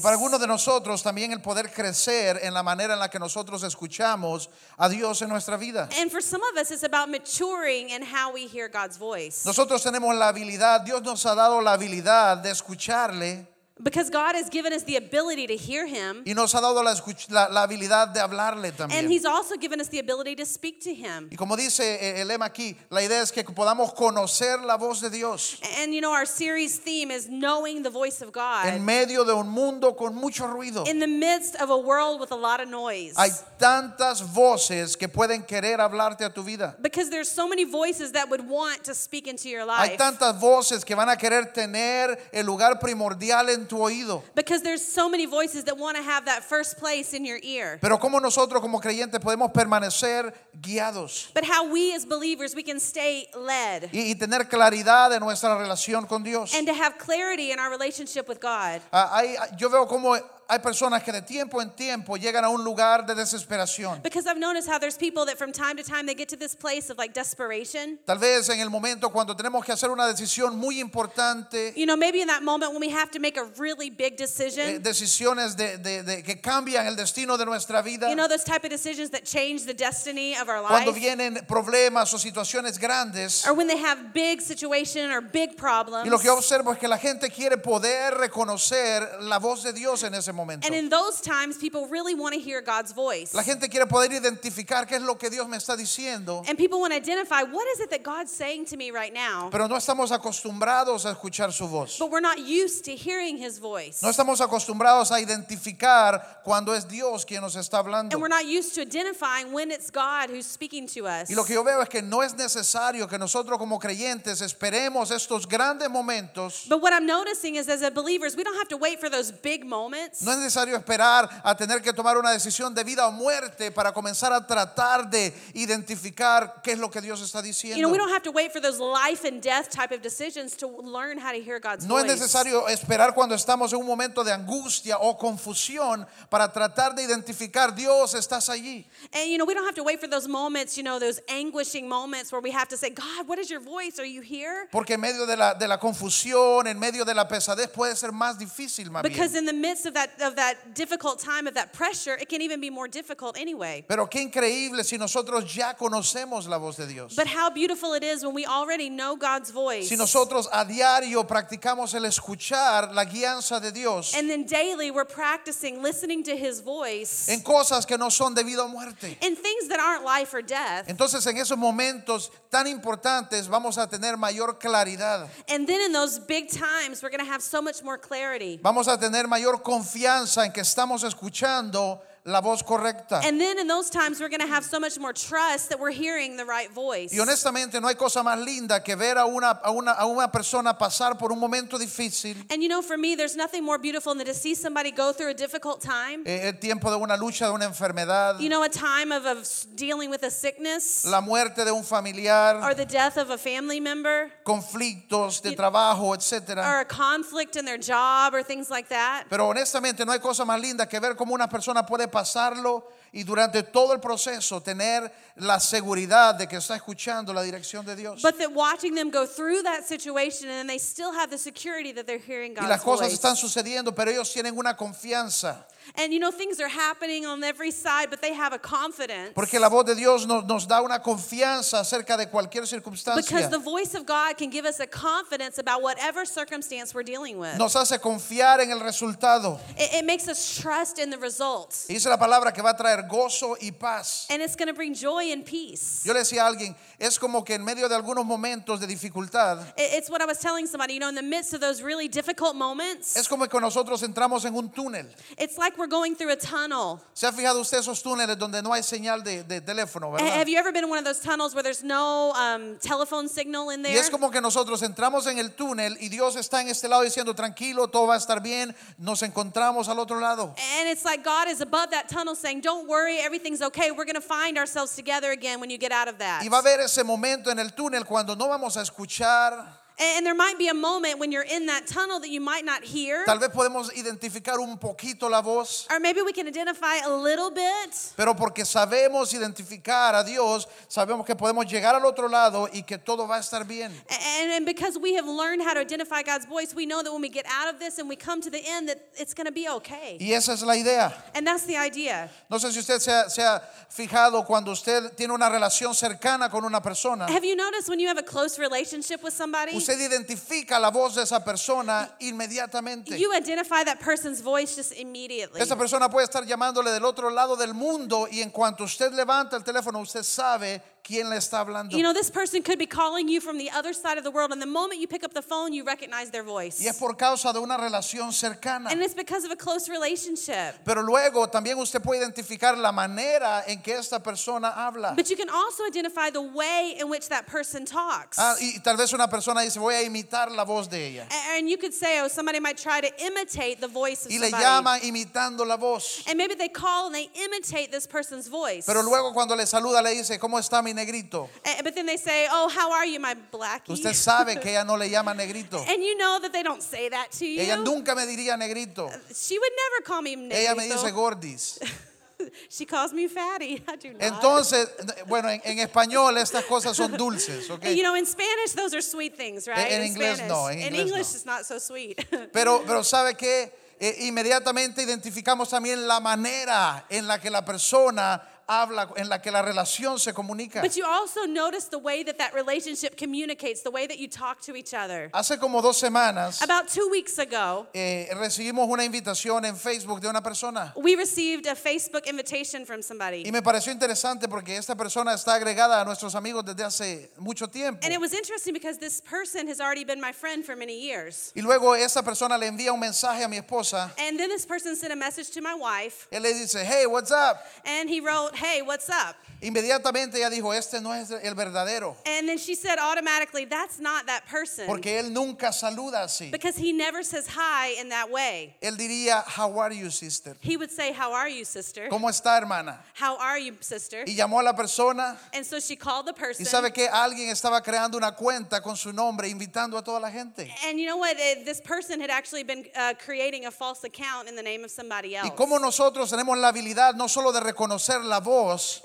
Para algunos de nosotros también el poder crecer en la manera en la que nosotros escuchamos a Dios en nuestra vida. And for some of us, it's about maturing and how we hear God's voice. Nosotros tenemos la habilidad, Dios nos ha dado la habilidad de escucharle Because God has given us the ability to hear Him, y nos ha dado la, escuch- la- la habilidad de hablarle and también. He's also given us the ability to speak to Him. Y como dice eh, el lema aquí, la idea es que podamos conocer la voz de Dios And you know, our series theme is knowing the voice of en God medio de un mundo con mucho ruido. in the midst of a world with a lot of noise. Hay tantas voces que pueden querer hablarte a tu vida. Because there's so many voices that would want to speak into your Hay life. tantas voces que van a querer tener el lugar primordial en tu oído. Because there's so many voices that want to have that first place in your ear. Pero cómo nosotros como creyentes podemos permanecer guiados But how we as believers we can stay led y, y tener claridad de nuestra relación con Dios. and to have clarity in our relationship with God. Ah, hay- yo veo cómo hay personas que de tiempo en tiempo llegan a un lugar de desesperación. Because I've noticed how there's people that from time to time they get to this place of like desperation. Tal vez en el momento cuando tenemos que hacer una decisión muy importante, You know, maybe in that moment when we have to make a really big eh, decision, decisiones de- de- de- que cambian el destino de nuestra vida, you know, those type of decisions that change the destiny of our cuando life, vienen problemas o situaciones grandes. or when they have big situation or big Y problems. lo que yo observo es que la gente quiere poder reconocer la voz de Dios en ese momento. And in those times, people really want to hear God's voice. La gente quiere poder identificar qué es lo que Dios me está diciendo, And people want to identify what is it that God's saying to me right now? pero no estamos acostumbrados a escuchar su voz. But we're not used to hearing his voice. No estamos acostumbrados a identificar cuando es Dios quien nos está hablando. And we're not used to identifying when it's God who's speaking to us. Y lo que yo veo es que no es necesario que nosotros como creyentes esperemos estos grandes momentos. But what I'm noticing is as a believers, we don't have to wait for those big moments. No es necesario esperar a tener que tomar una decisión de vida o muerte para comenzar a tratar de identificar qué es lo que Dios está You know, diciendo. we don't have to wait for those life and death type of decisions to learn how to hear God's No es voice. necesario esperar cuando estamos en un momento de angustia o confusión para tratar de identificar Dios, estás allí. And you know, we don't have to wait for those moments, you know, those anguishing moments where we have to say, God, what is your voice? Are you here? Porque en medio de la, de la confusión, en medio de la pesadez puede ser más difícil, más bien. Because in the midst of that of that difficult time of that pressure, it can even be more difficult anyway. Pero qué increíble si nosotros ya conocemos la voz de Dios. But how beautiful it is when we already know God's voice. Si nosotros a diario practicamos el escuchar la guianza de Dios and then daily we're practicing listening to his voice en cosas que no son debido a muerte. and things that aren't life or death. Entonces en esos momentos tan importantes vamos a tener mayor claridad. And then in those big times, we're going to have so much more clarity. Vamos a tener mayor confianza en que estamos escuchando la voz correcta. And then in those times, we're going to have so much more trust that we're hearing the right voice. Y honestamente no hay cosa más linda que ver a una, a una, a una persona pasar por un momento difícil, And you know, for me, there's nothing more beautiful than to see somebody go through a difficult time. eh, el tiempo de una lucha, de una enfermedad, You know, a time of, of s- dealing with a sickness la muerte de un familiar, or the death of a family member conflictos de You- trabajo, etcétera. or a conflict in their job or things like that. Pero honestamente no hay cosa más linda que ver cómo una persona puede pasarlo y durante todo el proceso tener la seguridad de que está escuchando la dirección de Dios. But that watching them go through that situation and they still have the security that they're hearing Y las God's cosas voice. están sucediendo, pero ellos tienen una confianza. And you know, things are happening on every side, but they have a confidence. Porque la voz de Dios nos, nos da una confianza acerca de cualquier Because circunstancia. the voice of God can give us a confidence about whatever circumstance we're dealing with. Nos hace confiar en el resultado. It, it makes us trust in the results. Y dice la palabra que va a traer gozo y paz. And it's going to bring joy and peace. Yo le decía a alguien, es como que en medio de algunos momentos de dificultad, It- it's what I was telling somebody, you know, in the midst of those really difficult moments, es como que nosotros entramos en un túnel. it's like we're going through a tunnel. ¿Se ha fijado usted esos túneles donde no hay señal de, de teléfono, Ha- verdad? Have you ever been in one of those tunnels where there's no um, telephone signal in Y there? es como que nosotros entramos en el túnel y Dios está en este lado diciendo, tranquilo, todo va a estar bien, nos encontramos al otro lado. And it's like God is above that tunnel saying, Don't worry, everything's okay. We're going to find ourselves together again when you get out of that. Y va a haber ese momento en el túnel cuando no vamos a escuchar And there might be a moment when you're in that tunnel that you might not hear. Tal vez podemos identificar un poquito la voz, Or maybe we can identify a little bit. pero porque sabemos identificar a Dios, sabemos que podemos llegar al otro lado y que todo va a estar bien. And, and because we have learned how to identify God's voice, we know that when we get out of this and we come to the end, that it's going to be okay. Y esa es la idea. And that's the idea. No sé si usted se ha, se ha fijado cuando usted tiene una relación cercana con una persona. Have you noticed when you have a close relationship with somebody, Usted identifica la voz de esa persona inmediatamente. you identify that person's voice just immediately. Esa persona puede estar llamándole del otro lado del mundo y en cuanto usted levanta el teléfono, usted sabe quién le está hablando. You know, this person could be calling you from the other side of the world, and the moment you pick up the phone, you recognize their voice. Y es por causa de una relación cercana. And it's because of a close relationship. Pero luego también usted puede identificar la manera en que esta persona habla. But you can also identify the way in which that person talks. Ah, y tal vez una persona dice, voy a imitar la voz de ella. A- and you could say, oh, somebody might try to imitate the voice of Y le somebody. llama imitando la voz. And maybe they call and they imitate this person's voice. Pero luego cuando le saluda le dice, ¿cómo está mi negrito? A- but then they say, oh, how are you, my blackie? Usted sabe que ella no le llama negrito. and you know that they don't say that to you. Ella nunca me diría negrito. she would never call me Ella me negrito. dice gordis. She calls me fatty. I do not. Entonces, bueno, en, en español estas cosas son dulces, ¿ok? And, you know, in Spanish, those are sweet things, right? en inglés, Spanish. no, en in inglés, English, no. it's not so sweet. Pero, pero ¿sabe que inmediatamente identificamos también la manera en la que la persona habla, en la que la relación se comunica. but you also notice the way that that relationship communicates, the way that you talk to each other. Hace como dos semanas About two weeks ago, eh, recibimos una invitación en Facebook de una persona. we received a Facebook invitation from Y somebody. me pareció interesante porque esta persona está agregada a nuestros amigos desde hace mucho tiempo. And it was interesting because this person has already been my friend for many years. Y luego esa persona le envía un mensaje a mi esposa. And then this person sent a message to my wife, Él le dice, hey, what's up? and he wrote, Hey, what's up? Inmediatamente ella dijo, este no es el verdadero. And then she said automatically, That's not that person. Porque él nunca saluda así. because he never says hi in that way. Él diría, how are you, sister? He would say, How are you, sister? ¿Cómo está, hermana? How are you, sister? Y llamó a la persona. And so she called the Y person. sabe que alguien estaba creando una cuenta con su nombre, invitando a toda la gente. And you know what? Eh, This person had actually been uh, creating a false account in the name of somebody else. Y cómo nosotros tenemos la habilidad no solo de reconocer la voz,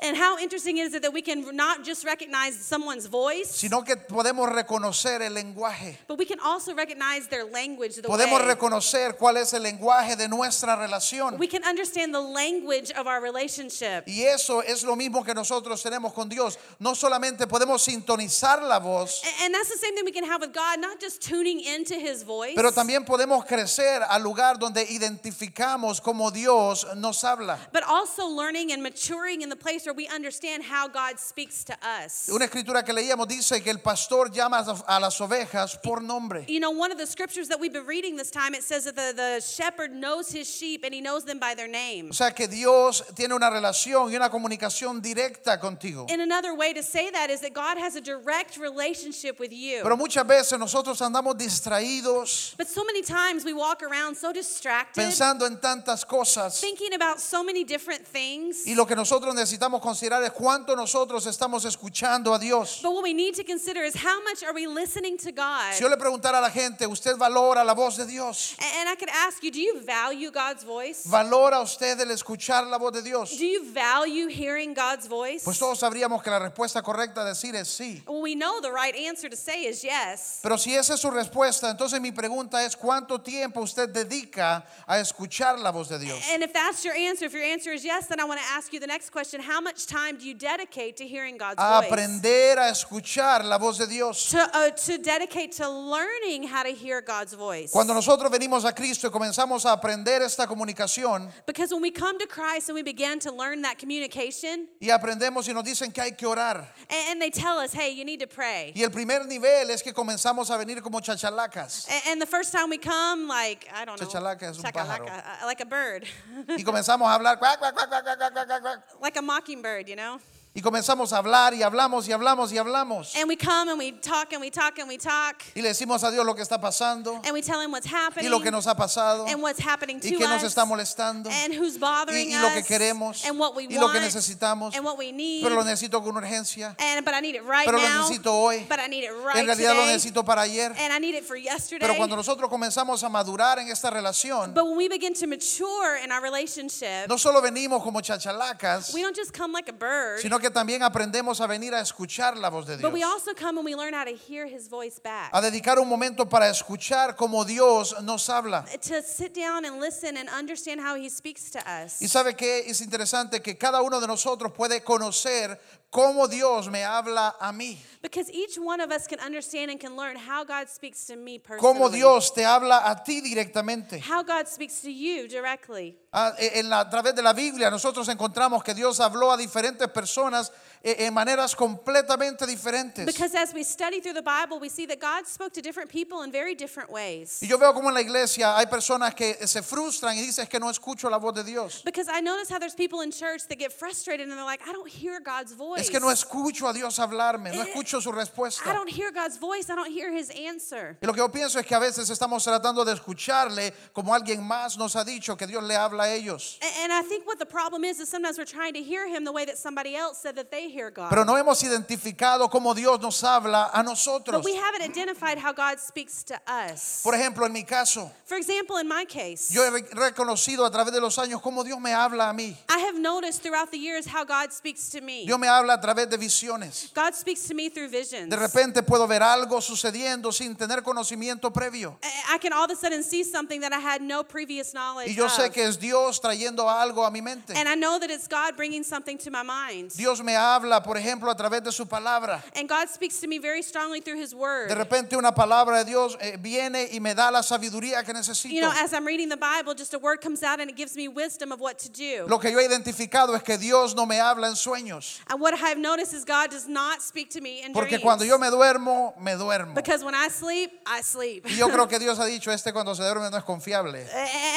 And how interesting is it that we can not just recognize someone's voice, sino que podemos reconocer el lenguaje. but we can also recognize their language, the Podemos way. reconocer cuál es el lenguaje de nuestra relación. We can understand the language of our relationship. Y eso es lo mismo que nosotros tenemos con Dios. No solamente podemos sintonizar la voz, A- And that's the same thing we can have with God, not just tuning into his voice, pero también podemos crecer al lugar donde identificamos cómo Dios nos habla. but also learning and maturing in the place where we understand how God speaks to us. Una escritura que leíamos dice que el pastor llama a las ovejas por nombre. You know, one of the scriptures that we've been reading this time, it says that the, the shepherd knows his sheep and he knows them by their name. O sea que Dios tiene una relación y una comunicación directa contigo. And another way to say that is that God has a direct relationship with Pero you. muchas veces nosotros andamos distraídos But so many times we walk around so distracted, pensando en tantas cosas. thinking about so many different things. Y lo que nosotros necesitamos considerar es cuánto nosotros estamos escuchando a Dios. But what we need to consider is how much are we listening to God? Si yo le preguntara a la gente, ¿usted valora la voz de Dios? A- And I could ask you, do you value God's voice? ¿Valora usted el escuchar la voz de Dios? Do you value hearing God's voice? Pues todos sabríamos que la respuesta correcta a decir es sí. Well, we know the right answer to say is yes. Pero si esa es su respuesta, entonces mi pregunta es cuánto tiempo usted dedica a escuchar la voz de Dios. And if that's your answer, if your answer is yes, then I want to ask you the next question. How much time do you dedicate to hearing God's A voice? aprender a escuchar la voz de Dios. To, uh, to dedicate to learning how to hear God's voice. Cuando nosotros venimos a Cristo y comenzamos a aprender esta comunicación because when we come to Christ and we begin to learn that communication, y aprendemos y nos dicen que hay que orar. a- and, they tell us, hey, you need to pray. Y el primer nivel es que comenzamos a venir como chachalacas. A- And, the first time we come, like, I don't know. Chachalaca es un pájaro. chacalaca, uh, like a bird, Y comenzamos a hablar. cuac, cuac, cuac, cuac, cuac, cuac, cuac, cuac. like a mockingbird, you know? Y comenzamos a hablar y hablamos y hablamos y hablamos. And we come and we talk and we talk and we talk Y le decimos a Dios lo que está pasando and we tell him what's y happening lo que nos ha pasado and what's happening to y que nos us está molestando and who's y, bothering y lo que us queremos and what we y lo want que necesitamos. and what we need. Pero lo necesito con urgencia. and but I need it right Pero lo now. necesito hoy. But I need it right En realidad lo today. necesito para ayer. and I need it for yesterday. Pero cuando nosotros comenzamos a madurar en esta relación, but when we begin to mature in our relationship, no solo venimos como chachalacas, we don't just come like a bird, sino que también aprendemos a venir a escuchar la voz de but we Dios. also come and we learn how to hear His voice back. A dedicar un momento para escuchar como Dios nos habla. to sit down and listen and understand how He speaks to us. Y sabe que es interesante que cada uno de nosotros puede conocer cómo Dios me habla a mí, Because each one of us can understand and can learn how God speaks to me personally. cómo Dios te habla a ti directamente. How God speaks to you directly. Ah, eh, en la- a través de la Biblia nosotros encontramos que Dios habló a diferentes personas eh, en maneras completamente diferentes. Because as we study through the Bible, we see that God spoke to different people in very different ways. Y yo veo como en la iglesia hay personas que eh, se frustran y dicen "Es que no escucho la voz de Dios. Because I notice how there's people in church that get frustrated and they're like, I don't hear God's voice. Es que no escucho a Dios hablarme, no Pues, Eh, escucho su I respuesta. don't hear God's voice. I don't hear his answer. Y lo que yo pienso es que a veces estamos tratando de escucharle como alguien más nos ha dicho que Dios le habla a ellos. A- And I think what the problem is is sometimes we're trying to hear him the way that somebody else said that they hear God. Pero no hemos identificado cómo Dios nos habla a nosotros. but we haven't identified how God speaks to us. Por ejemplo, en mi caso, For example, in my case, yo he re- reconocido a través de los años cómo Dios me habla a mí. I have noticed throughout the years how God speaks to me. Dios me habla a través de visiones. God speaks to me through visions. De repente puedo ver algo sucediendo sin tener conocimiento previo. I- I can all of a sudden see something that I had no previous knowledge Y yo sé of. que es Dios trayendo algo a mi mente. and I know that it's God bringing something to my mind. Dios me habla, por ejemplo, a través de su palabra. And God speaks to me very strongly through His Word. De repente una palabra de Dios eh, viene y me da la sabiduría que you necesito. know, as I'm reading the Bible, just a word comes out and it gives me wisdom of what to do. Lo que yo he identificado es que Dios no me habla en sueños. and what I have noticed is God does not speak to me in Porque dreams. cuando yo me duermo, me duermo. because when I sleep, I sleep. Y yo creo que Dios ha dicho, este cuando se duerme no es confiable.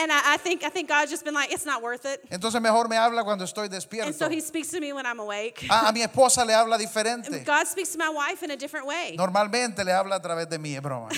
and I, I think I think God's just been like, it's not worth it. Entonces mejor me habla cuando estoy And despierto. so He speaks to me when I'm awake. A, a mi esposa le habla diferente. God speaks to my wife in a different way. Normalmente le habla a través de mí, es broma.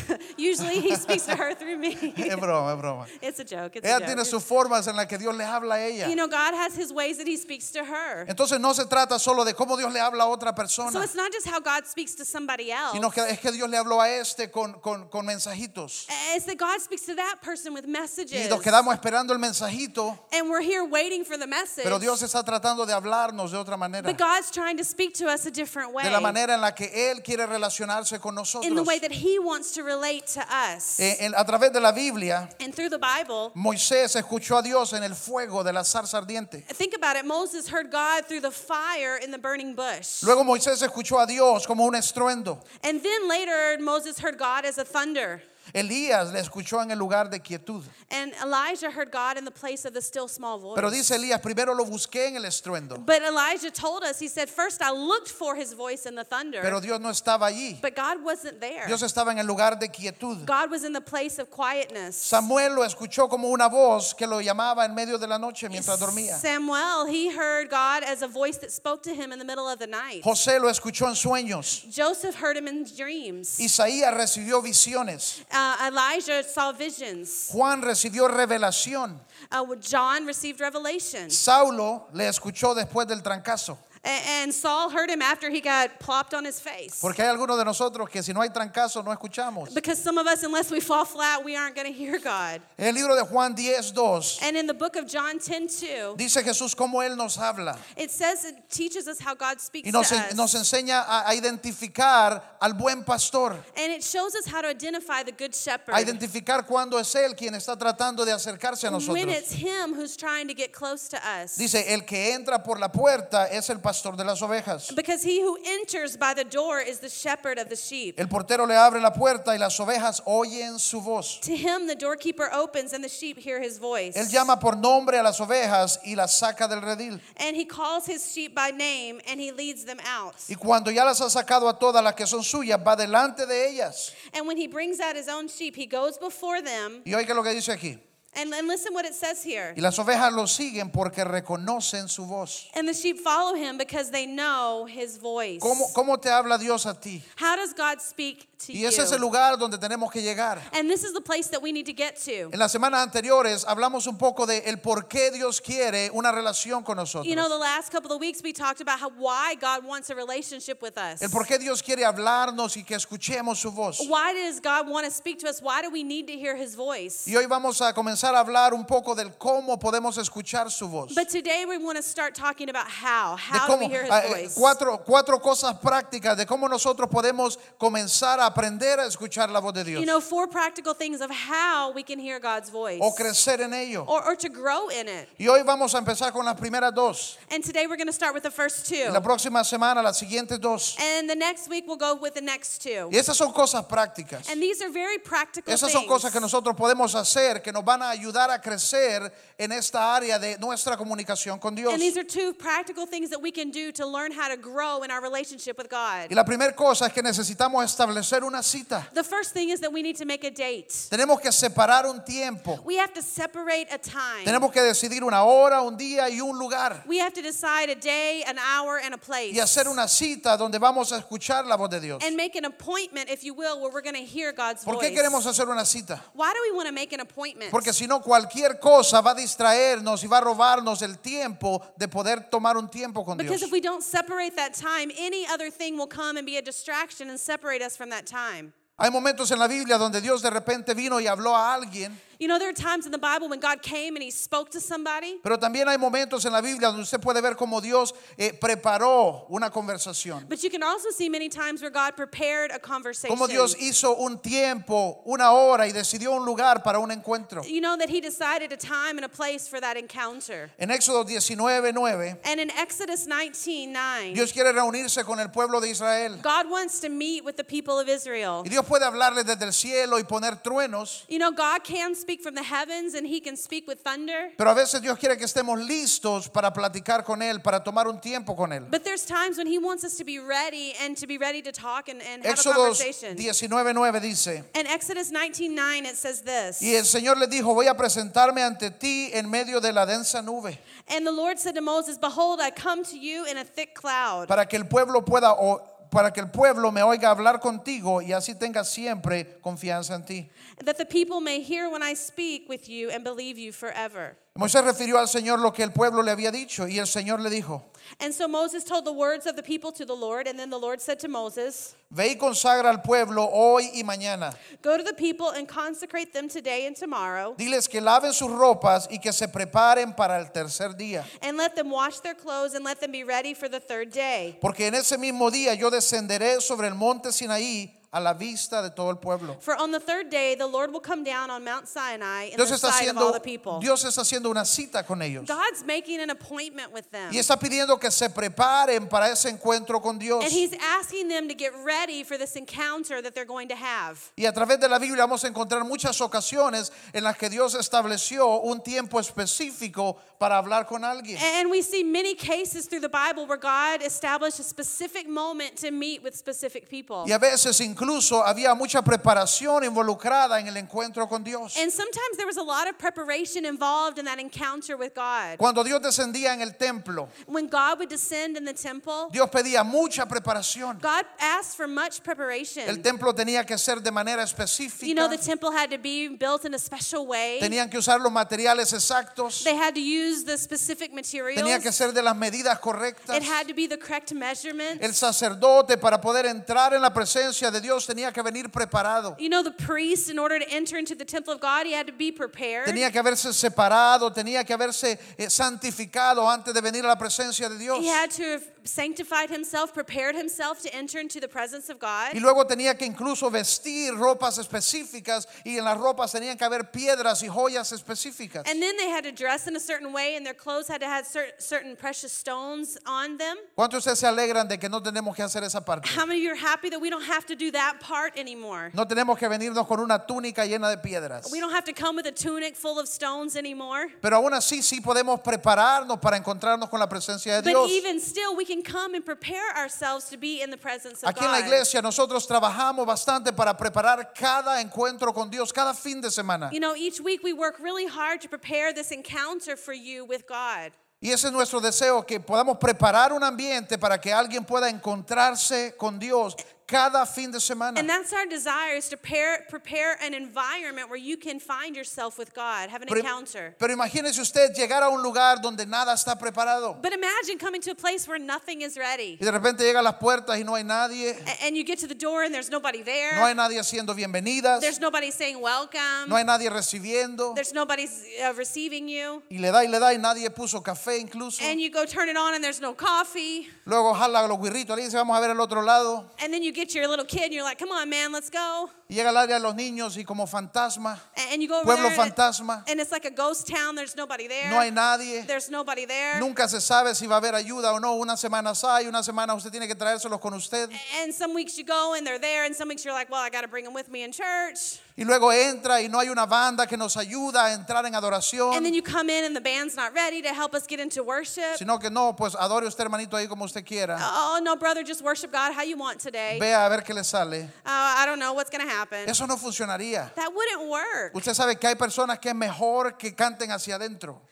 Usually he speaks to her through me. Es broma, es broma. It's a joke. It's Ella a tiene joke. sus formas en las que Dios le habla a ella. You know, God has his ways that he speaks to her. Entonces no se trata solo de cómo Dios le habla a otra So persona, it's not just how God speaks to somebody else. sino que es que Dios le habló a este con, con- con mensajitos. It's that God speaks to that person with Y messages. nos quedamos esperando el mensajito, And we're here waiting for the message. pero Dios está tratando de hablarnos de otra manera, But God's trying to speak to us a different way. de la manera en la que Él quiere relacionarse con in the nosotros. way that he wants to relate to us. Eh, en- a través de la Biblia, and through the Bible, Moisés escuchó a Dios en el fuego de la zarza ardiente. think about it. Moses heard God through the fire in the burning bush. Luego Moisés escuchó a Dios como un estruendo. and then later, Moses heard God as a thunder. Elías le escuchó en el lugar de quietud. And Elijah heard God in the place of the still small voice. Pero dice Elías, primero lo busqué en el estruendo, Pues- but Elijah told us, he said, First I looked for his voice in the thunder, pero Dios no estaba allí. but God wasn't there. Dios estaba en el lugar de quietud. God was in the place of quietness. Samuel lo escuchó como una voz que lo llamaba en medio de la noche mientras dormía. Samuel, he heard God as a voice that spoke to him in the middle of the night. José lo escuchó en sueños. Joseph heard him in dreams. Isaías recibió visiones. Uh, Elijah saw visions. Juan recibió revelación. Uh, John received revelation. Saulo le escuchó después del trancazo. A- and Saul heard him after he got plopped on his face. Porque hay algunos de nosotros que si no hay trancazo no escuchamos. Because some of us, unless we fall flat, we aren't going to hear God. En el libro de Juan 10, 2 And in the book of John 10 2, dice Jesús cómo Él nos habla. it says it teaches us how God speaks Y nos, to en- us. nos enseña a, a identificar al buen pastor, and it shows us how to identify the good shepherd. a identificar cuándo es él quien está tratando de acercarse a When nosotros. it's him who's trying to get close to us. Dice, el que entra por la puerta es el pastor de las ovejas. because he who enters by the door is the shepherd of the sheep. El portero le abre la puerta y las ovejas oyen su voz. to him the doorkeeper opens and the sheep hear his voice. Él llama por nombre a las ovejas y las saca del redil. and he calls his sheep by name and he leads them out. Y cuando ya las ha sacado a todas las que son suyas, va delante de ellas. and when he brings out his own sheep, he goes before them. Y oiga lo que dice aquí. And, and listen what it says here. Y las ovejas lo siguen porque reconocen su voz. And the sheep follow him because they know his voice. ¿Cómo, cómo te habla Dios a ti? How does God speak to Y ese es el you? lugar donde tenemos que llegar. And this is the place that we need to get to. En las semanas anteriores hablamos un poco de el por qué Dios quiere una relación con You know, the nosotros. last couple of weeks we talked about how why God wants a relationship with us. El por qué Dios quiere hablarnos y que escuchemos su voz. Why does God want to speak to us? Why do we need to hear his voice? Y hoy vamos a comenzar a hablar un poco del cómo podemos escuchar su voz. But today we want to start talking about how. De How do cómo, we hear ah, his eh, voice? cuatro, cuatro cosas prácticas de cómo nosotros podemos comenzar a aprender a escuchar la voz de Dios You know, four practical things of how we can hear God's voice o crecer en ello. or, or to grow in it. Y hoy vamos a empezar con las primeras dos. And today we're going to start with the first Y two. la próxima semana las siguientes dos. And the next week we'll go with the next two. Y esas son cosas prácticas. And these are very practical Esas son things. cosas que nosotros podemos hacer que nos van a ayudar a crecer en esta área de nuestra comunicación con Dios. and these Y are two practical things that we can do to learn how to grow in our relationship with God. la primera cosa es que necesitamos establecer una cita. The first thing is that we need to make a date. Tenemos que separar un tiempo. We have to separate a time. Tenemos que decidir una hora, un día y un lugar. we have to decide a day, an hour, and a place. Y hacer una cita donde vamos a escuchar la voz de Dios. and make an appointment, if you will, where we're going to hear God's ¿Por voice. qué queremos hacer una cita? Why do we want to make an appointment? Porque si no, cualquier cosa va a distraernos y va a robarnos el tiempo de poder tomar un tiempo con because Dios. if we don't separate that time, any other thing will come and be a distraction and separate us from that time. Hay momentos en la Biblia donde Dios de repente vino y habló a alguien, You know, there are times in the Bible when God came and He spoke to somebody, pero también hay momentos en la Biblia donde usted puede ver cómo Dios eh, preparó una conversación, but you can also see many times where God prepared a conversation. cómo Dios hizo un tiempo, una hora y decidió un lugar para un encuentro. you know that He decided a time and a place for that encounter. En Éxodo 19, 9, And in Exodus 19 9, Dios quiere reunirse con el pueblo de Israel. God wants to meet with the people of Israel. Y Dios puede hablarle desde el cielo y poner truenos, You know, God can speak from the heavens and He can speak with thunder. pero a veces Dios quiere que estemos listos para platicar con Él, para tomar un tiempo con Él. But there's times when He wants us to be ready and to be ready to talk and, and have a Éxodo conversation. 19, 9 dice. In Exodus 19 9, it says this. Y el Señor le dijo, voy a presentarme ante ti en medio de la densa nube, And the Lord said to Moses, Behold, I come to you in a thick cloud. para que el pueblo pueda o- para que el pueblo me oiga hablar contigo y así tenga siempre confianza en ti. that the people may hear when I speak with you and believe you forever. Moisés refirió al Señor lo que el pueblo le había dicho y el Señor le dijo, And so Moses told the words of the people to the Lord, and then the Lord said to Moses, ve y consagra al pueblo hoy y mañana. Go to the people and consecrate them today and tomorrow, Diles que laven sus ropas y que se preparen para el tercer día, and let them wash their clothes and let them be ready for the third day. porque en ese mismo día yo descenderé sobre el monte Sinaí a la vista de todo el pueblo. For on the third day, the Lord will come down on Mount Sinai in Dios the está sight of all haciendo, the people. Dios está haciendo una cita con ellos. God's making an appointment with them. Y está pidiendo que se preparen para ese encuentro con Dios. And he's asking them to get ready for this encounter that they're going to have. Y a través de la Biblia vamos a encontrar muchas ocasiones en las que Dios estableció un tiempo específico para hablar con alguien. And we see many cases through the Bible where God established a specific moment to meet with specific people. Y a veces incluso había mucha preparación involucrada en el encuentro con Dios. And sometimes there was a lot of preparation involved in that encounter with God. Cuando Dios descendía en el templo, When God would descend in the temple, Dios pedía mucha preparación. God asked for much El preparation. templo tenía que ser de manera You know, específica. the temple had to be built in a special way. Tenían que usar los materiales exactos. They had to use the specific Tenía que materials. ser de las medidas correctas. It had to be the correct El measurements. sacerdote para poder entrar en la presencia de Dios tenía que venir preparado. You know, the priest, in order to enter into the temple of God, he had to be prepared. Tenía que haberse separado, tenía que haberse eh, santificado antes de venir a la presencia de Dios. He had to have sanctified himself, prepared himself to enter into the presence of God. Y luego tenía que incluso vestir ropas específicas y en las ropas tenían que haber piedras y joyas específicas. And then they had to dress in a certain way, and their clothes had to have cer- certain precious stones on them. ¿Cuántos de ustedes se alegran de que no tenemos que hacer esa parte? How many of you are happy that we don't have to do that part anymore? No tenemos que venirnos con una túnica llena de piedras. We don't have to come with a tunic full of stones anymore. Pero aún así sí podemos prepararnos para encontrarnos con la presencia de But Dios. even still, we can can come and prepare ourselves to be in the presence of Aquí en la God. iglesia nosotros trabajamos bastante para preparar cada encuentro con Dios, cada fin de semana. You know, each week we work really hard to prepare this encounter for you with God. Y ese es nuestro deseo, que podamos preparar un ambiente para que alguien pueda encontrarse con Dios cada fin de semana. And that's our desire is to prepare, prepare an environment where you can find yourself with God, have an Pero, encounter. pero imagínese usted llegar a un lugar donde nada está preparado But imagine coming to a place where nothing is ready. y de repente llega a las puertas y no hay nadie, A- And you get to the door and there's nobody there. no hay nadie haciendo bienvenidas, There's nobody saying welcome. no hay nadie recibiendo There's nobody uh, receiving you. y le da y le da y nadie puso café incluso. And you go turn it on and there's no coffee. Luego jala los guirritos, le dice vamos a ver el otro lado And then you get your little kid and you're like, come on, man, let's go. y llega al área de los niños y como fantasma, A- And you go over pueblo there and, fantasma, and it's like a ghost town. There's nobody there. no hay nadie. There's nobody there. Nunca se sabe si va a haber ayuda o no. Una semana hay, una semana usted tiene que traérselos con usted. And some weeks you go and they're there, and some weeks you're like, well, I got to bring them with me in church. Y luego entra y no hay una banda que nos ayuda a entrar en And then adoración. you come in and the band's not ready to help us get into worship. Sino que no, pues adore usted hermanito ahí como usted quiera. Oh, no, brother, just worship God how you want today. Vea a ver qué le sale. Uh, I don't know what's going to happen. Eso no funcionaría. That wouldn't work. Usted sabe que hay personas que es mejor que canten hacia adentro.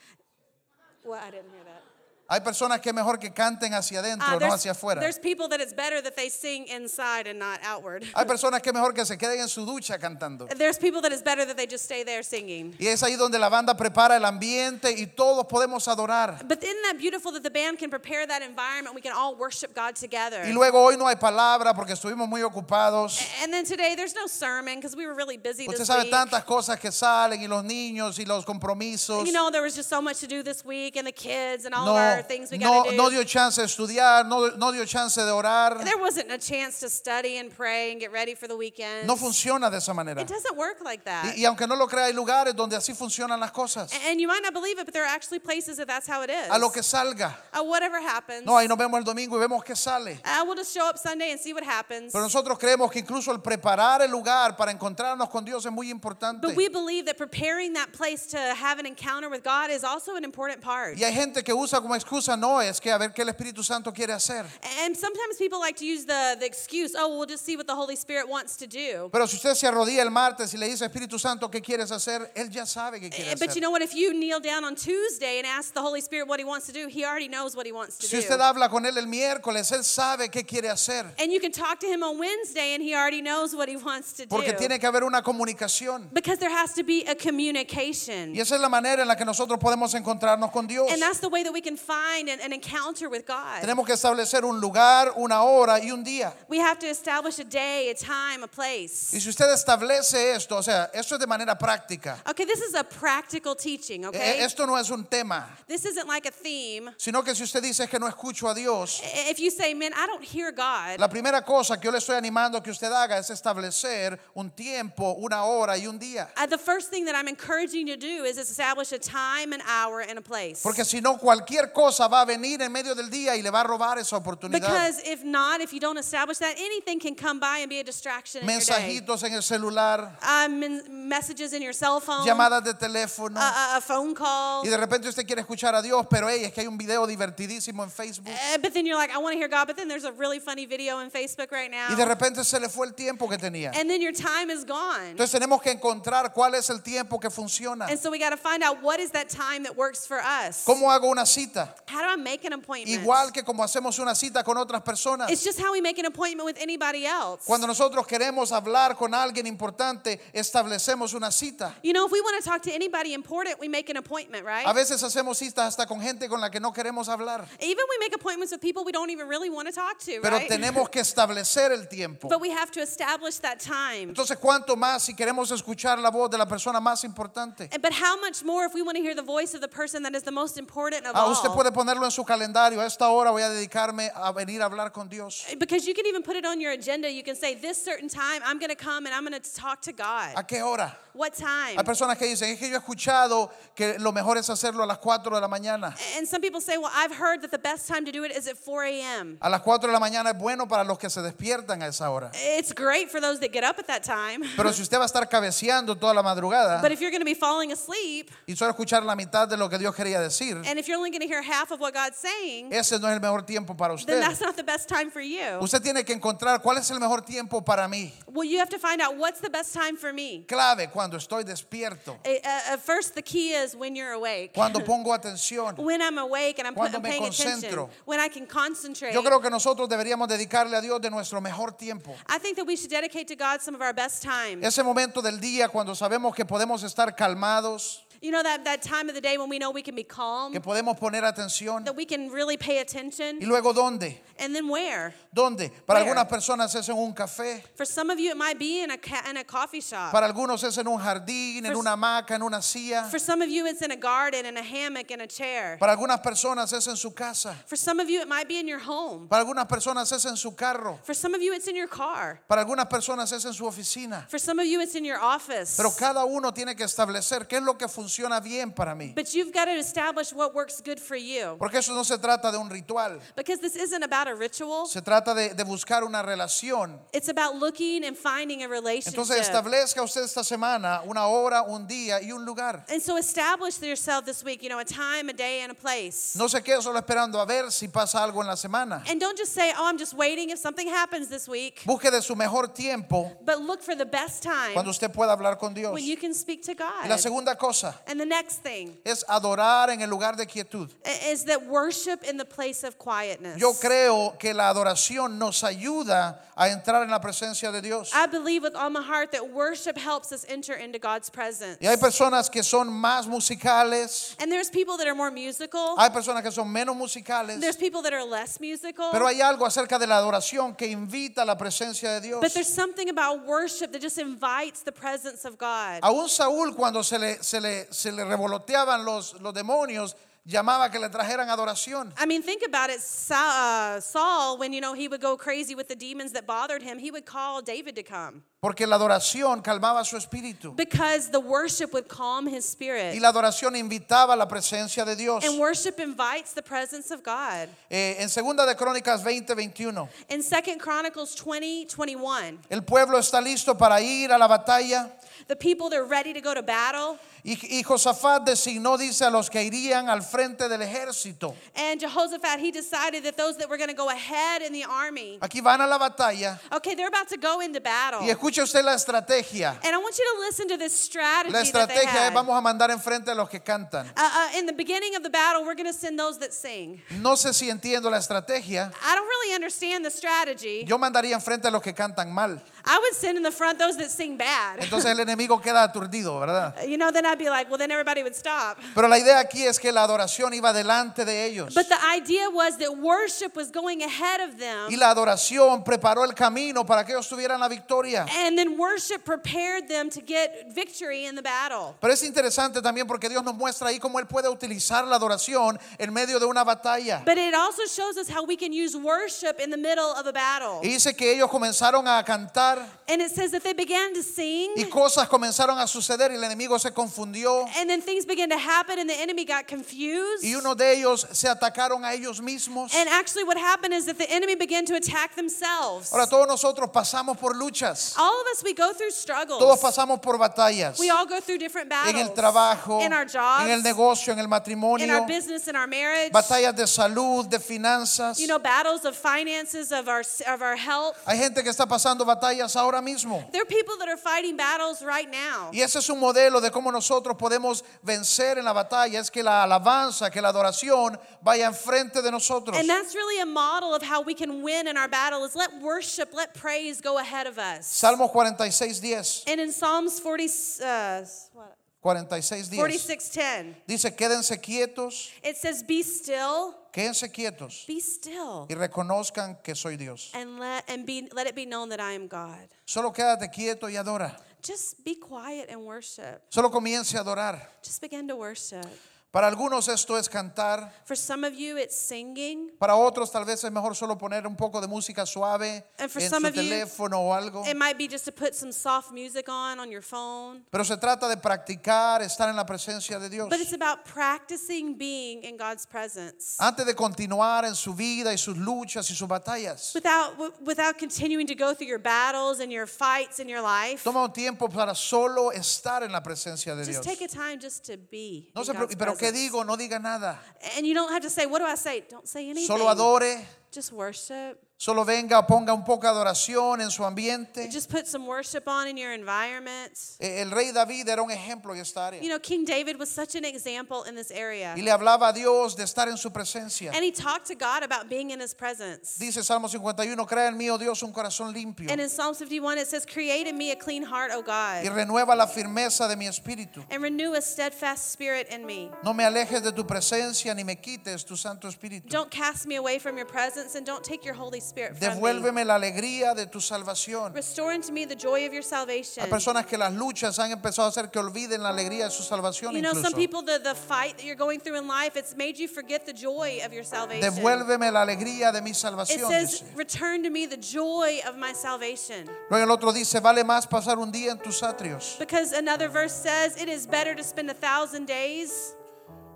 Well, I didn't hear that. Hay personas que es mejor que canten hacia Uh, adentro, no there's, hacia afuera. there's people that it's better that they sing inside and not outward. Hay personas que es mejor que se queden en su ducha cantando. There's people that it's better that they just stay there singing. Y es ahí donde la banda prepara el ambiente y todos podemos adorar. But isn't that beautiful that the band can prepare that environment? We can all worship God together. Y luego hoy no hay palabra porque estuvimos muy ocupados. And then today, there's no sermon because we were really busy Usted this sabe Eh, week. tantas cosas que salen y los niños y los compromisos. You know, there was just so much to do this week, and the kids, and all no, of our things we no, got to do. no dio chance de estudiar, no, no dio chance de orar. there wasn't a chance to study and pray and get ready for the weekend. No funciona de esa manera. it doesn't work like that. Y, y aunque no lo crea, hay lugares donde así funcionan las cosas. A- and you might not believe it, but there are actually places that that's how it is. A lo que salga. Uh, whatever happens, No, ahí nos vemos el domingo y vemos qué sale. uh, we'll just show up Sunday and see what happens. Pero nosotros creemos que incluso el preparar el lugar para encontrarnos con Dios es muy importante. But we believe that preparing that place to have an encounter with God is also an important part. Y hay gente que usa como excusa, no, es que a ver qué el Espíritu Santo quiere hacer. And sometimes people like to use the, the excuse, oh, we'll just see what the Holy Spirit wants to do. Pero si usted se arrodilla el martes y le dice, Espíritu Santo, ¿qué quieres hacer? Él ya sabe qué quiere Eh, But you hacer. know what? If you kneel down on Tuesday and ask the Holy Spirit what He wants to do, He already knows what He wants to Si do. usted habla con él el miércoles, él sabe qué quiere hacer. And you can talk to Him on Wednesday and He already knows what He wants to do. Porque tiene que haber una comunicación. Because there has to be a communication. Y esa es la manera en la que nosotros podemos encontrarnos con Dios. And that's the way that we can find an, an encounter with God. Tenemos que establecer un lugar, una hora y un día. we have to establish a day, a time, a place. Y si usted establece esto, o sea, esto es de manera práctica. Okay, this is a practical teaching, okay? E- Esto no es un tema, this isn't like a theme. sino que si usted dice "Es que no escucho a Dios, I- If you say, man, I don't hear God, la primera cosa que yo le estoy animando que usted haga es establecer un tiempo, una hora y un día. uh, the first thing that I'm encouraging you to do is establish a time, an hour, and a place. Porque si no, cualquier cosa va a venir en medio del día y le va a robar esa oportunidad. Because if not, if you don't establish that, anything can come by and be a distraction in your day. Mensajitos en el celular, Um, men- messages in your cell phone, a, llamadas de teléfono. a- a phone call. Y de repente usted quiere escuchar a Dios, pero hey, es que hay un video divertidísimo en Facebook. Uh, but then you're like, I want to hear God. But then there's a really funny video on Facebook right Y de now. repente se le fue el tiempo que tenía. And then your time is gone. Entonces tenemos que encontrar cuál es el tiempo que funciona. And so we got to find out what is that time that works for us. ¿Cómo hago una cita? How do I make an appointment? Igual que como hacemos una cita con otras personas. It's just how we make an appointment with anybody else. Cuando nosotros queremos hablar con alguien importante, establecemos una cita. You know, if we want to talk to anybody important, we make an appointment, A right? veces hacemos citas hasta con gente con la que no queremos hablar. Even we make appointments with people we don't even really want to talk to, Pero right? tenemos que establecer el tiempo. But we have to establish that time. Entonces, ¿cuánto más si queremos escuchar la voz de la persona más importante? And- Eh, But how much more if we want to hear the voice of the person that is the most important of Ah, all? usted puede ponerlo en su calendario. A esta hora voy a dedicarme a venir a hablar con Dios. Eh, Because you Ah, can even put it on your agenda. You can say, this certain time, I'm going to come and I'm going to talk to God. ¿A qué hora? What time? Hay personas que dicen, es que yo he escuchado que lo mejor es hacerlo a las 4 de la mañana. And some people say, well, I've heard that the best time to do it is at 4 a.m. A las 4 de la mañana es bueno para los que se despiertan a esa hora. It's great for those that get up at that time. Pero si usted va a estar cabeceando toda la madrugada But if you're going to be falling asleep, y solo escuchar la mitad de lo que Dios quería decir, and if you're only going to hear half of what God's saying, ese no es el mejor tiempo para then Eh, usted. that's not the best time for you. Usted tiene que encontrar cuál es el mejor tiempo para mí. Well, you have to find out what's the best time for me. Clave cuando estoy despierto, Eh, uh, uh, first, the key is when you're awake. cuando pongo atención. When I'm awake and I'm, pu- Cuando I'm me paying attention. concentro. When I can concentrate. Yo creo que nosotros deberíamos dedicarle a Dios de nuestro mejor tiempo. I think that we should dedicate to God some of our best time. Ese momento del día cuando sabemos que podemos estar calmados, You know that, that time of the day when we know we can be calm, que podemos poner atención. that we can really pay ¿Y attention, luego dónde? and then where? ¿Dónde? Para Where? algunas personas es en un café, For some of you, it might be in a ca- in a coffee shop. para algunos es en un jardín, en For- una hamaca, en una silla. For some of you, it's in a garden, in a hammock, in a chair. Para algunas personas es en su casa. For some of you, it might be in your home. Para algunas personas es en su carro. For some of you, it's in your car. Para algunas personas es en su oficina. For some of you, it's in your office. Pero cada uno tiene que establecer qué es lo que funciona bien para mí. But you've got to establish what works good for you. Porque eso no se trata de un ritual. Because this isn't about a ritual, Se trata de, de buscar una relación. it's about looking and finding a Entonces relationship. establezca usted esta semana una hora, un día y un lugar. And so establish yourself this week, you know, a time, a day, and a place. No se quede solo esperando a ver si pasa algo en la semana. And don't just say, oh, I'm just waiting if something happens this week. Busque de su mejor tiempo But look for the best cuando time usted pueda hablar con Dios. when you Y can speak to la God. segunda cosa And the next thing es adorar en el lugar de quietud. i- is that worship in the place of quietness. Yo creo que la adoración nos ayuda a entrar en la presencia de Dios. I believe with all my heart that worship helps us enter into God's presence. Y hay personas que son más musicales, And there's people that are more musical. hay personas que son menos There's musicales, people that are less musical. pero hay algo acerca de la adoración que invita a la presencia de Dios. But there's something about worship that just invites the presence of God. Aún Saúl cuando se le, se le, se le revoloteaban los, los demonios, llamaba que le trajeran adoración. I mean, think about it. Sa- uh, Saul, when you know he would go crazy with the demons that bothered him, he would call David to come Porque la adoración calmaba su espíritu. because the worship would calm his Y spirit. la adoración invitaba a la presencia de Dios. And worship invites the presence of God. Eh, en segunda de Crónicas 20, 21. In Second Chronicles 20, 21, El pueblo está listo para ir a la batalla. the people they're ready to go to battle, Y, y Josafat designó, dice, a los que irían al frente del ejército. and Jehoshaphat he decided that those that were going to go ahead in the army, Aquí van a la batalla. okay, they're about to go into battle. Y escuche usted la estrategia. And I want you to listen to this strategy La that they estrategia es had. vamos a mandar enfrente a los que cantan. Uh, uh, in the beginning of the battle, we're going to send those that sing. No sé si entiendo la estrategia. I don't really understand the strategy. Yo mandaría enfrente a los que cantan mal. I would send in the front those that sing bad. Entonces el enemigo queda aturdido, ¿verdad? you know, then I'd be like, well, then everybody would stop. Pero la idea aquí es que la adoración iba delante de ellos. But the idea was that worship was going ahead of them. Y la adoración preparó el camino para que ellos tuvieran la victoria. And then worship prepared them to get victory in the battle. Pero es interesante también porque Dios nos muestra ahí cómo Él puede utilizar la adoración en medio de una batalla. But it also shows us how we can use worship in the middle of a battle. Y dice que ellos comenzaron a cantar And it says that they began to sing, y cosas comenzaron a suceder y el enemigo se confundió. and then things began to happen, and the enemy got confused. Y uno de ellos se atacaron a ellos mismos. And actually, what happened is that the enemy began to attack themselves. Ahora todos nosotros pasamos por luchas, All of us, we go through struggles. todos pasamos por batallas. We all go through different battles. en el trabajo, in our jobs, en el negocio, en el in our matrimonio, business, in our marriage. batallas de salud, de finanzas. You know, battles of finances, of our of our health. Hay gente que está pasando batallas ahora mismo. There are people that are fighting battles right now. Y ese es un modelo de cómo nosotros podemos vencer en la batalla, es que la alabanza, que la adoración vaya enfrente de nosotros. And that's really a model of how we can win in our battle is let worship, let praise go ahead of us. Salmo 46, 10. And in Psalms 40, uh, what? 46, 10. 46:10, Dice, quédense quietos, it says, "Be still, quédense quietos be still, y reconozcan que soy Dios. and let and be let it be known that I am God." Solo quédate quieto y adora. Just be quiet and worship. Solo comience a adorar. Just begin to worship. Para algunos esto es cantar, For some of you, it's singing. para otros tal vez es mejor solo poner un poco de música suave en And for some su of you, teléfono o algo. It might be just to put some soft music on on your phone. Pero se trata de practicar, estar en la presencia de Dios. But it's about practicing being in God's presence Antes de continuar en su vida y sus luchas y sus batallas, without w- without continuing to go through your battles and your fights in your life. toma un tiempo para solo estar en la presencia de Just Dios. take a time just to be. No in se God's preocupe, pero ¿qué presence. digo? No diga nada. And you don't have to say, "What do I say?" Don't say anything. Solo adore, Just worship. solo venga, ponga un poco de adoración en su ambiente. Just put some worship on in your environment. Eh, El rey David era un ejemplo en esta área. You know, King David was such an example in this area. Y le hablaba a Dios de estar en su presencia. And he talked to God about being in his presence. Dice Salmo 51, crea en mí, oh Dios, un corazón limpio And in Psalm 51, it says, Create in me a clean heart, O y God, renueva la firmeza de mi espíritu. and renew a steadfast spirit in me. No me alejes de tu presencia ni me quites tu Santo Espíritu. Don't cast me away from your presence, and don't take your Holy Spirit from me. Devuélveme la alegría de tu salvación. Restore unto me the joy of your salvation. Hay personas que las luchas han empezado a hacer que olviden la alegría de su salvación You know, some incluso. people, the, the fight that you're going through in life, it's made you forget the joy of your salvation. Devuélveme la alegría de mi It salvación. says, dice. Return to me the joy of my salvation. Luego el otro dice, vale más pasar un día en tus atrios. Because another verse says, It is better to spend a thousand days.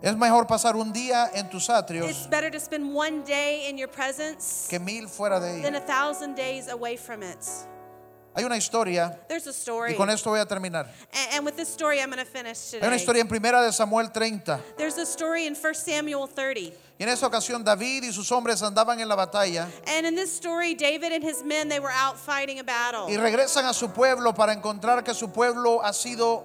Es mejor pasar un día en tus It's atrios better to spend one day in your presence. que mil fuera de than ella. a thousand days away from it. Hay una historia, There's a story. y con esto voy a terminar. and, and with this story, I'm going to finish Hay una today. historia en primera de Samuel 30. There's a story in 1 Samuel 30. Y en esa ocasión David y sus hombres andaban en la batalla And in this story, David and his men, they were out fighting a battle. y regresan a su pueblo para encontrar que su pueblo ha sido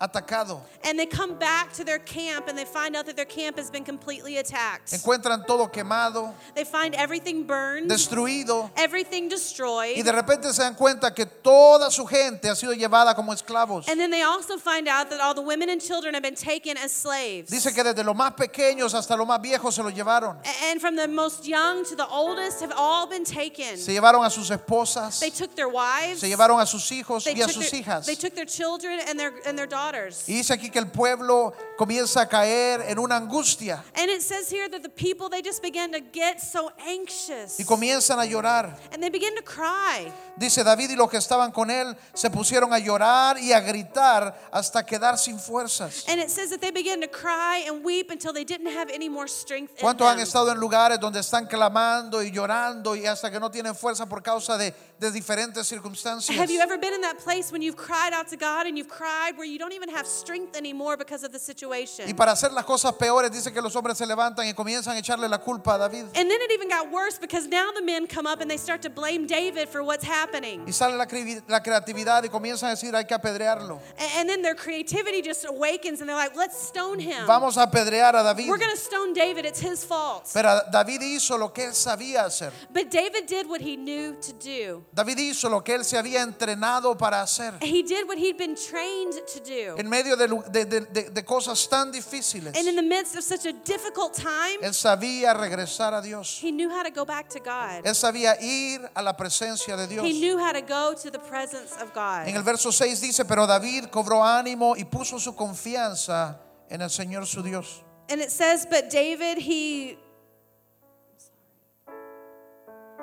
atacado. And they come back to their camp and they find out that their camp has been completely attacked. Encuentran todo quemado, They find everything burned, destruido everything y destroyed. de repente se dan cuenta que toda su gente ha sido llevada como esclavos. And then they also find out that all the women and children have been taken as slaves. Dice que desde los más pequeños hasta los más viejos se los llevaron. A- and from the most young to the oldest have all been taken. Se llevaron a sus esposas, They took their wives. se llevaron a sus hijos They y a took, sus their, hijas. they took their children and their and their daughters. Y dice aquí que el pueblo comienza a caer en una angustia And it says here that the people they just began to get so anxious. y comienzan a llorar. And they begin to cry. Dice David y los que estaban con él se pusieron a llorar y a gritar hasta quedar sin fuerzas. And it says that they began to cry and weep until they didn't have any more strength in ¿Cuántos han them. estado en lugares donde están clamando y llorando y hasta que no tienen fuerza por causa de, de diferentes circunstancias? Have you ever been in that place when you've cried out to God and you've cried where you don't even have strength anymore because of the situation? Y para hacer las cosas peores, dice que los hombres se levantan y comienzan a echarle la culpa a David. And then it even got worse because now the men come up and they start to blame David for what's happening. Y sale la, cre- la creatividad y comienzan a decir hay que apedrearlo. A- And then their creativity just awakens and they're like, let's stone him. Vamos a apedrear a David. We're going to stone David. It's his fault. Pero David hizo lo que él sabía hacer. But David did what he knew to do. David hizo lo que él se había entrenado para hacer. He did what he'd been trained to do. En medio de, lu- de- de- de- de cosas tan difíciles, And in the midst of such a difficult time, él sabía regresar a Dios. he knew how to go back to God. Él sabía ir a la presencia de Dios. He knew how to go to the presence of En el God. verso 6 dice, pero David cobró ánimo y puso su confianza en el Señor su Dios. And it says, but David, he.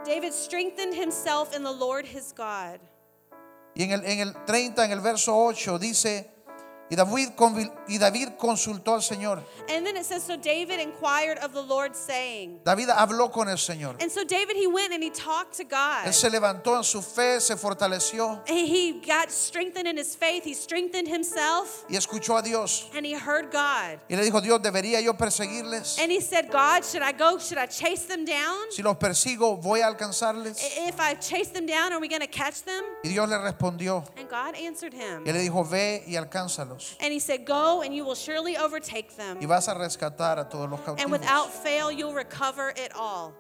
David strengthened himself in the Lord his God. Y en el, en el 30, en el verso 8 dice, y David, convi- y David consultó al Señor. And then it says, so David inquired of the Lord, saying. David habló con el Señor. And so David, he went and he talked to God. Él se levantó en su fe, se fortaleció And he got strengthened in his faith. He strengthened himself y escuchó a Dios. and he heard God. Y le dijo, Dios, ¿debería yo perseguirles? And he said, God, should I go? Should I chase them down? Si los persigo, voy a alcanzarles. I- If I chase them down, are we going to catch them? Y Dios le respondió. And God answered him. Y él le dijo, ve y alcánzalos. And he said, Go and you will surely overtake them. Y vas a rescatar a todos los And cautivos. without fail, you'll recover it all.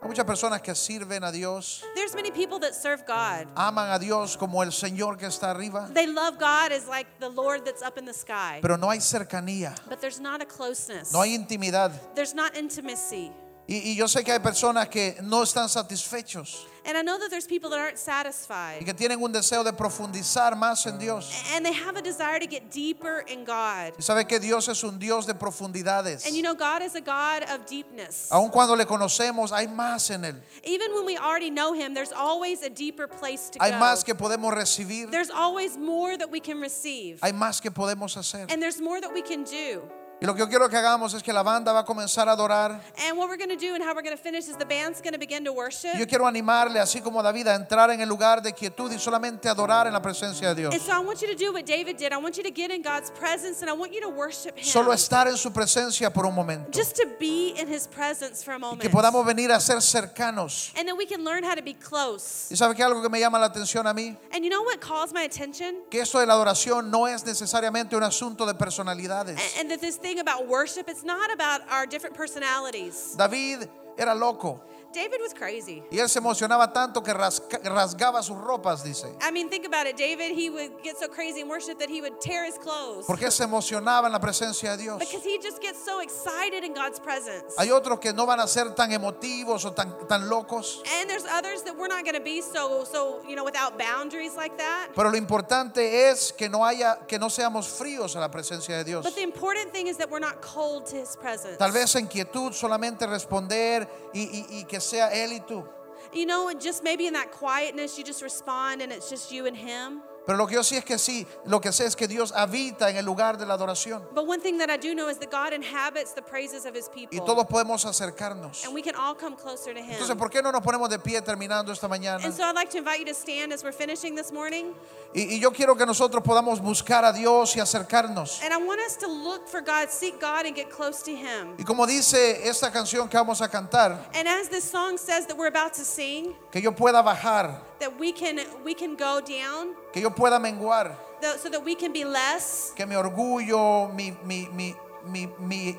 Hay muchas personas que sirven a Dios, There's many people that serve God. aman a Dios como el Señor que está arriba, They love God as like the Lord that's up in the sky. pero no hay cercanía, But there's not a closeness, no hay intimidad. there's not intimacy. Y, y yo sé que hay personas que no están satisfechos. A- And I know that there's people that aren't satisfied y que tienen un deseo de profundizar más en Dios. and they have a desire to get deeper in God. Y sabe que Dios es un Dios de profundidades. And you know, God is a God of deepness. Aun cuando le conocemos, hay más en Él. Even when we already know Him, there's always a deeper place to Hay más que go. podemos recibir. There's always more that we can receive, Hay más que podemos hacer. and there's more that we can do. Y lo que yo quiero que hagamos es que la banda va a comenzar a adorar. And what we're going to do and how we're going to finish is the band's going to begin to worship. Yo quiero animarle, así como David, a entrar en el lugar de quietud y solamente adorar en la presencia de Dios. And so I want you to do what David did. I want you to get in God's presence and I want you to worship Him. Solo estar en su presencia por un momento. Just to be in His presence for a Y que moment. podamos venir a ser cercanos. And then we can learn how to be close. ¿Y sabe que algo que me llama la atención a mí? And you know what calls my attention? Que esto de la adoración no es necesariamente un asunto de A- personalidades. And that this thing about worship, it's not about our different personalities. David era loco David was crazy. y él se emocionaba tanto que rasca- rasgaba sus ropas, dice. I mean, think about it. David, he would get so crazy in worship that he would tear his clothes. Porque él se emocionaba en la presencia de Dios. Because he just gets so excited in God's presence. Hay otros que no van a ser tan emotivos o tan, tan locos. And there's others that we're not going to be so so you know without boundaries like that. Pero lo importante es que no haya, que no seamos fríos a la presencia de Dios. But the important thing is that we're not cold to His presence. Tal vez en quietud solamente responder y, y- y que sea Él y tú. You know, and just maybe in that quietness, you just respond, and it's just you and Him. Pero lo que yo sí es que sí, lo que sé es que Dios habita en el lugar de la adoración But one thing that I do know is that God inhabits the praises of His people, y todos podemos acercarnos. and we can all come closer to Him. Entonces, ¿por qué no nos ponemos de pie terminando esta mañana? and so I'd like to invite you to stand as we're finishing this morning. Y, y yo quiero que nosotros podamos buscar a Dios y acercarnos. And I want us to look for God, seek God, and get close to Him. Y como dice esta canción que vamos a cantar, And as this song says that we're about to sing, que yo pueda bajar, that we can we can go down, que yo pueda menguar, tho- so that we can be less. que mi orgullo, mi, mi, mi, mi, mi,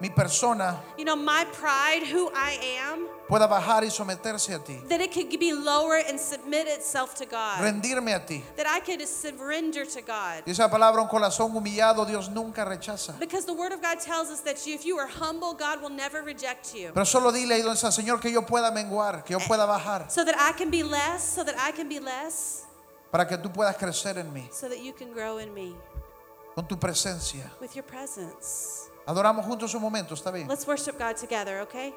mi persona you know, my pride, who I am, pueda bajar y someterse a ti, that it could be lower and submit itself to God. rendirme a ti. That I could surrender to God. Dice la palabra, un corazón humillado Dios nunca rechaza. Because the Word of God tells us that if you are humble, God will never reject you. Pero solo dile ahí donde está, Señor, que yo pueda menguar, que yo pueda bajar, So that I can be less, so that I can be less, para que tú puedas crecer en mí, so that you can grow in me con tu presencia. with your presence. Adoramos juntos un momento, ¿está bien? Let's worship God together, okay?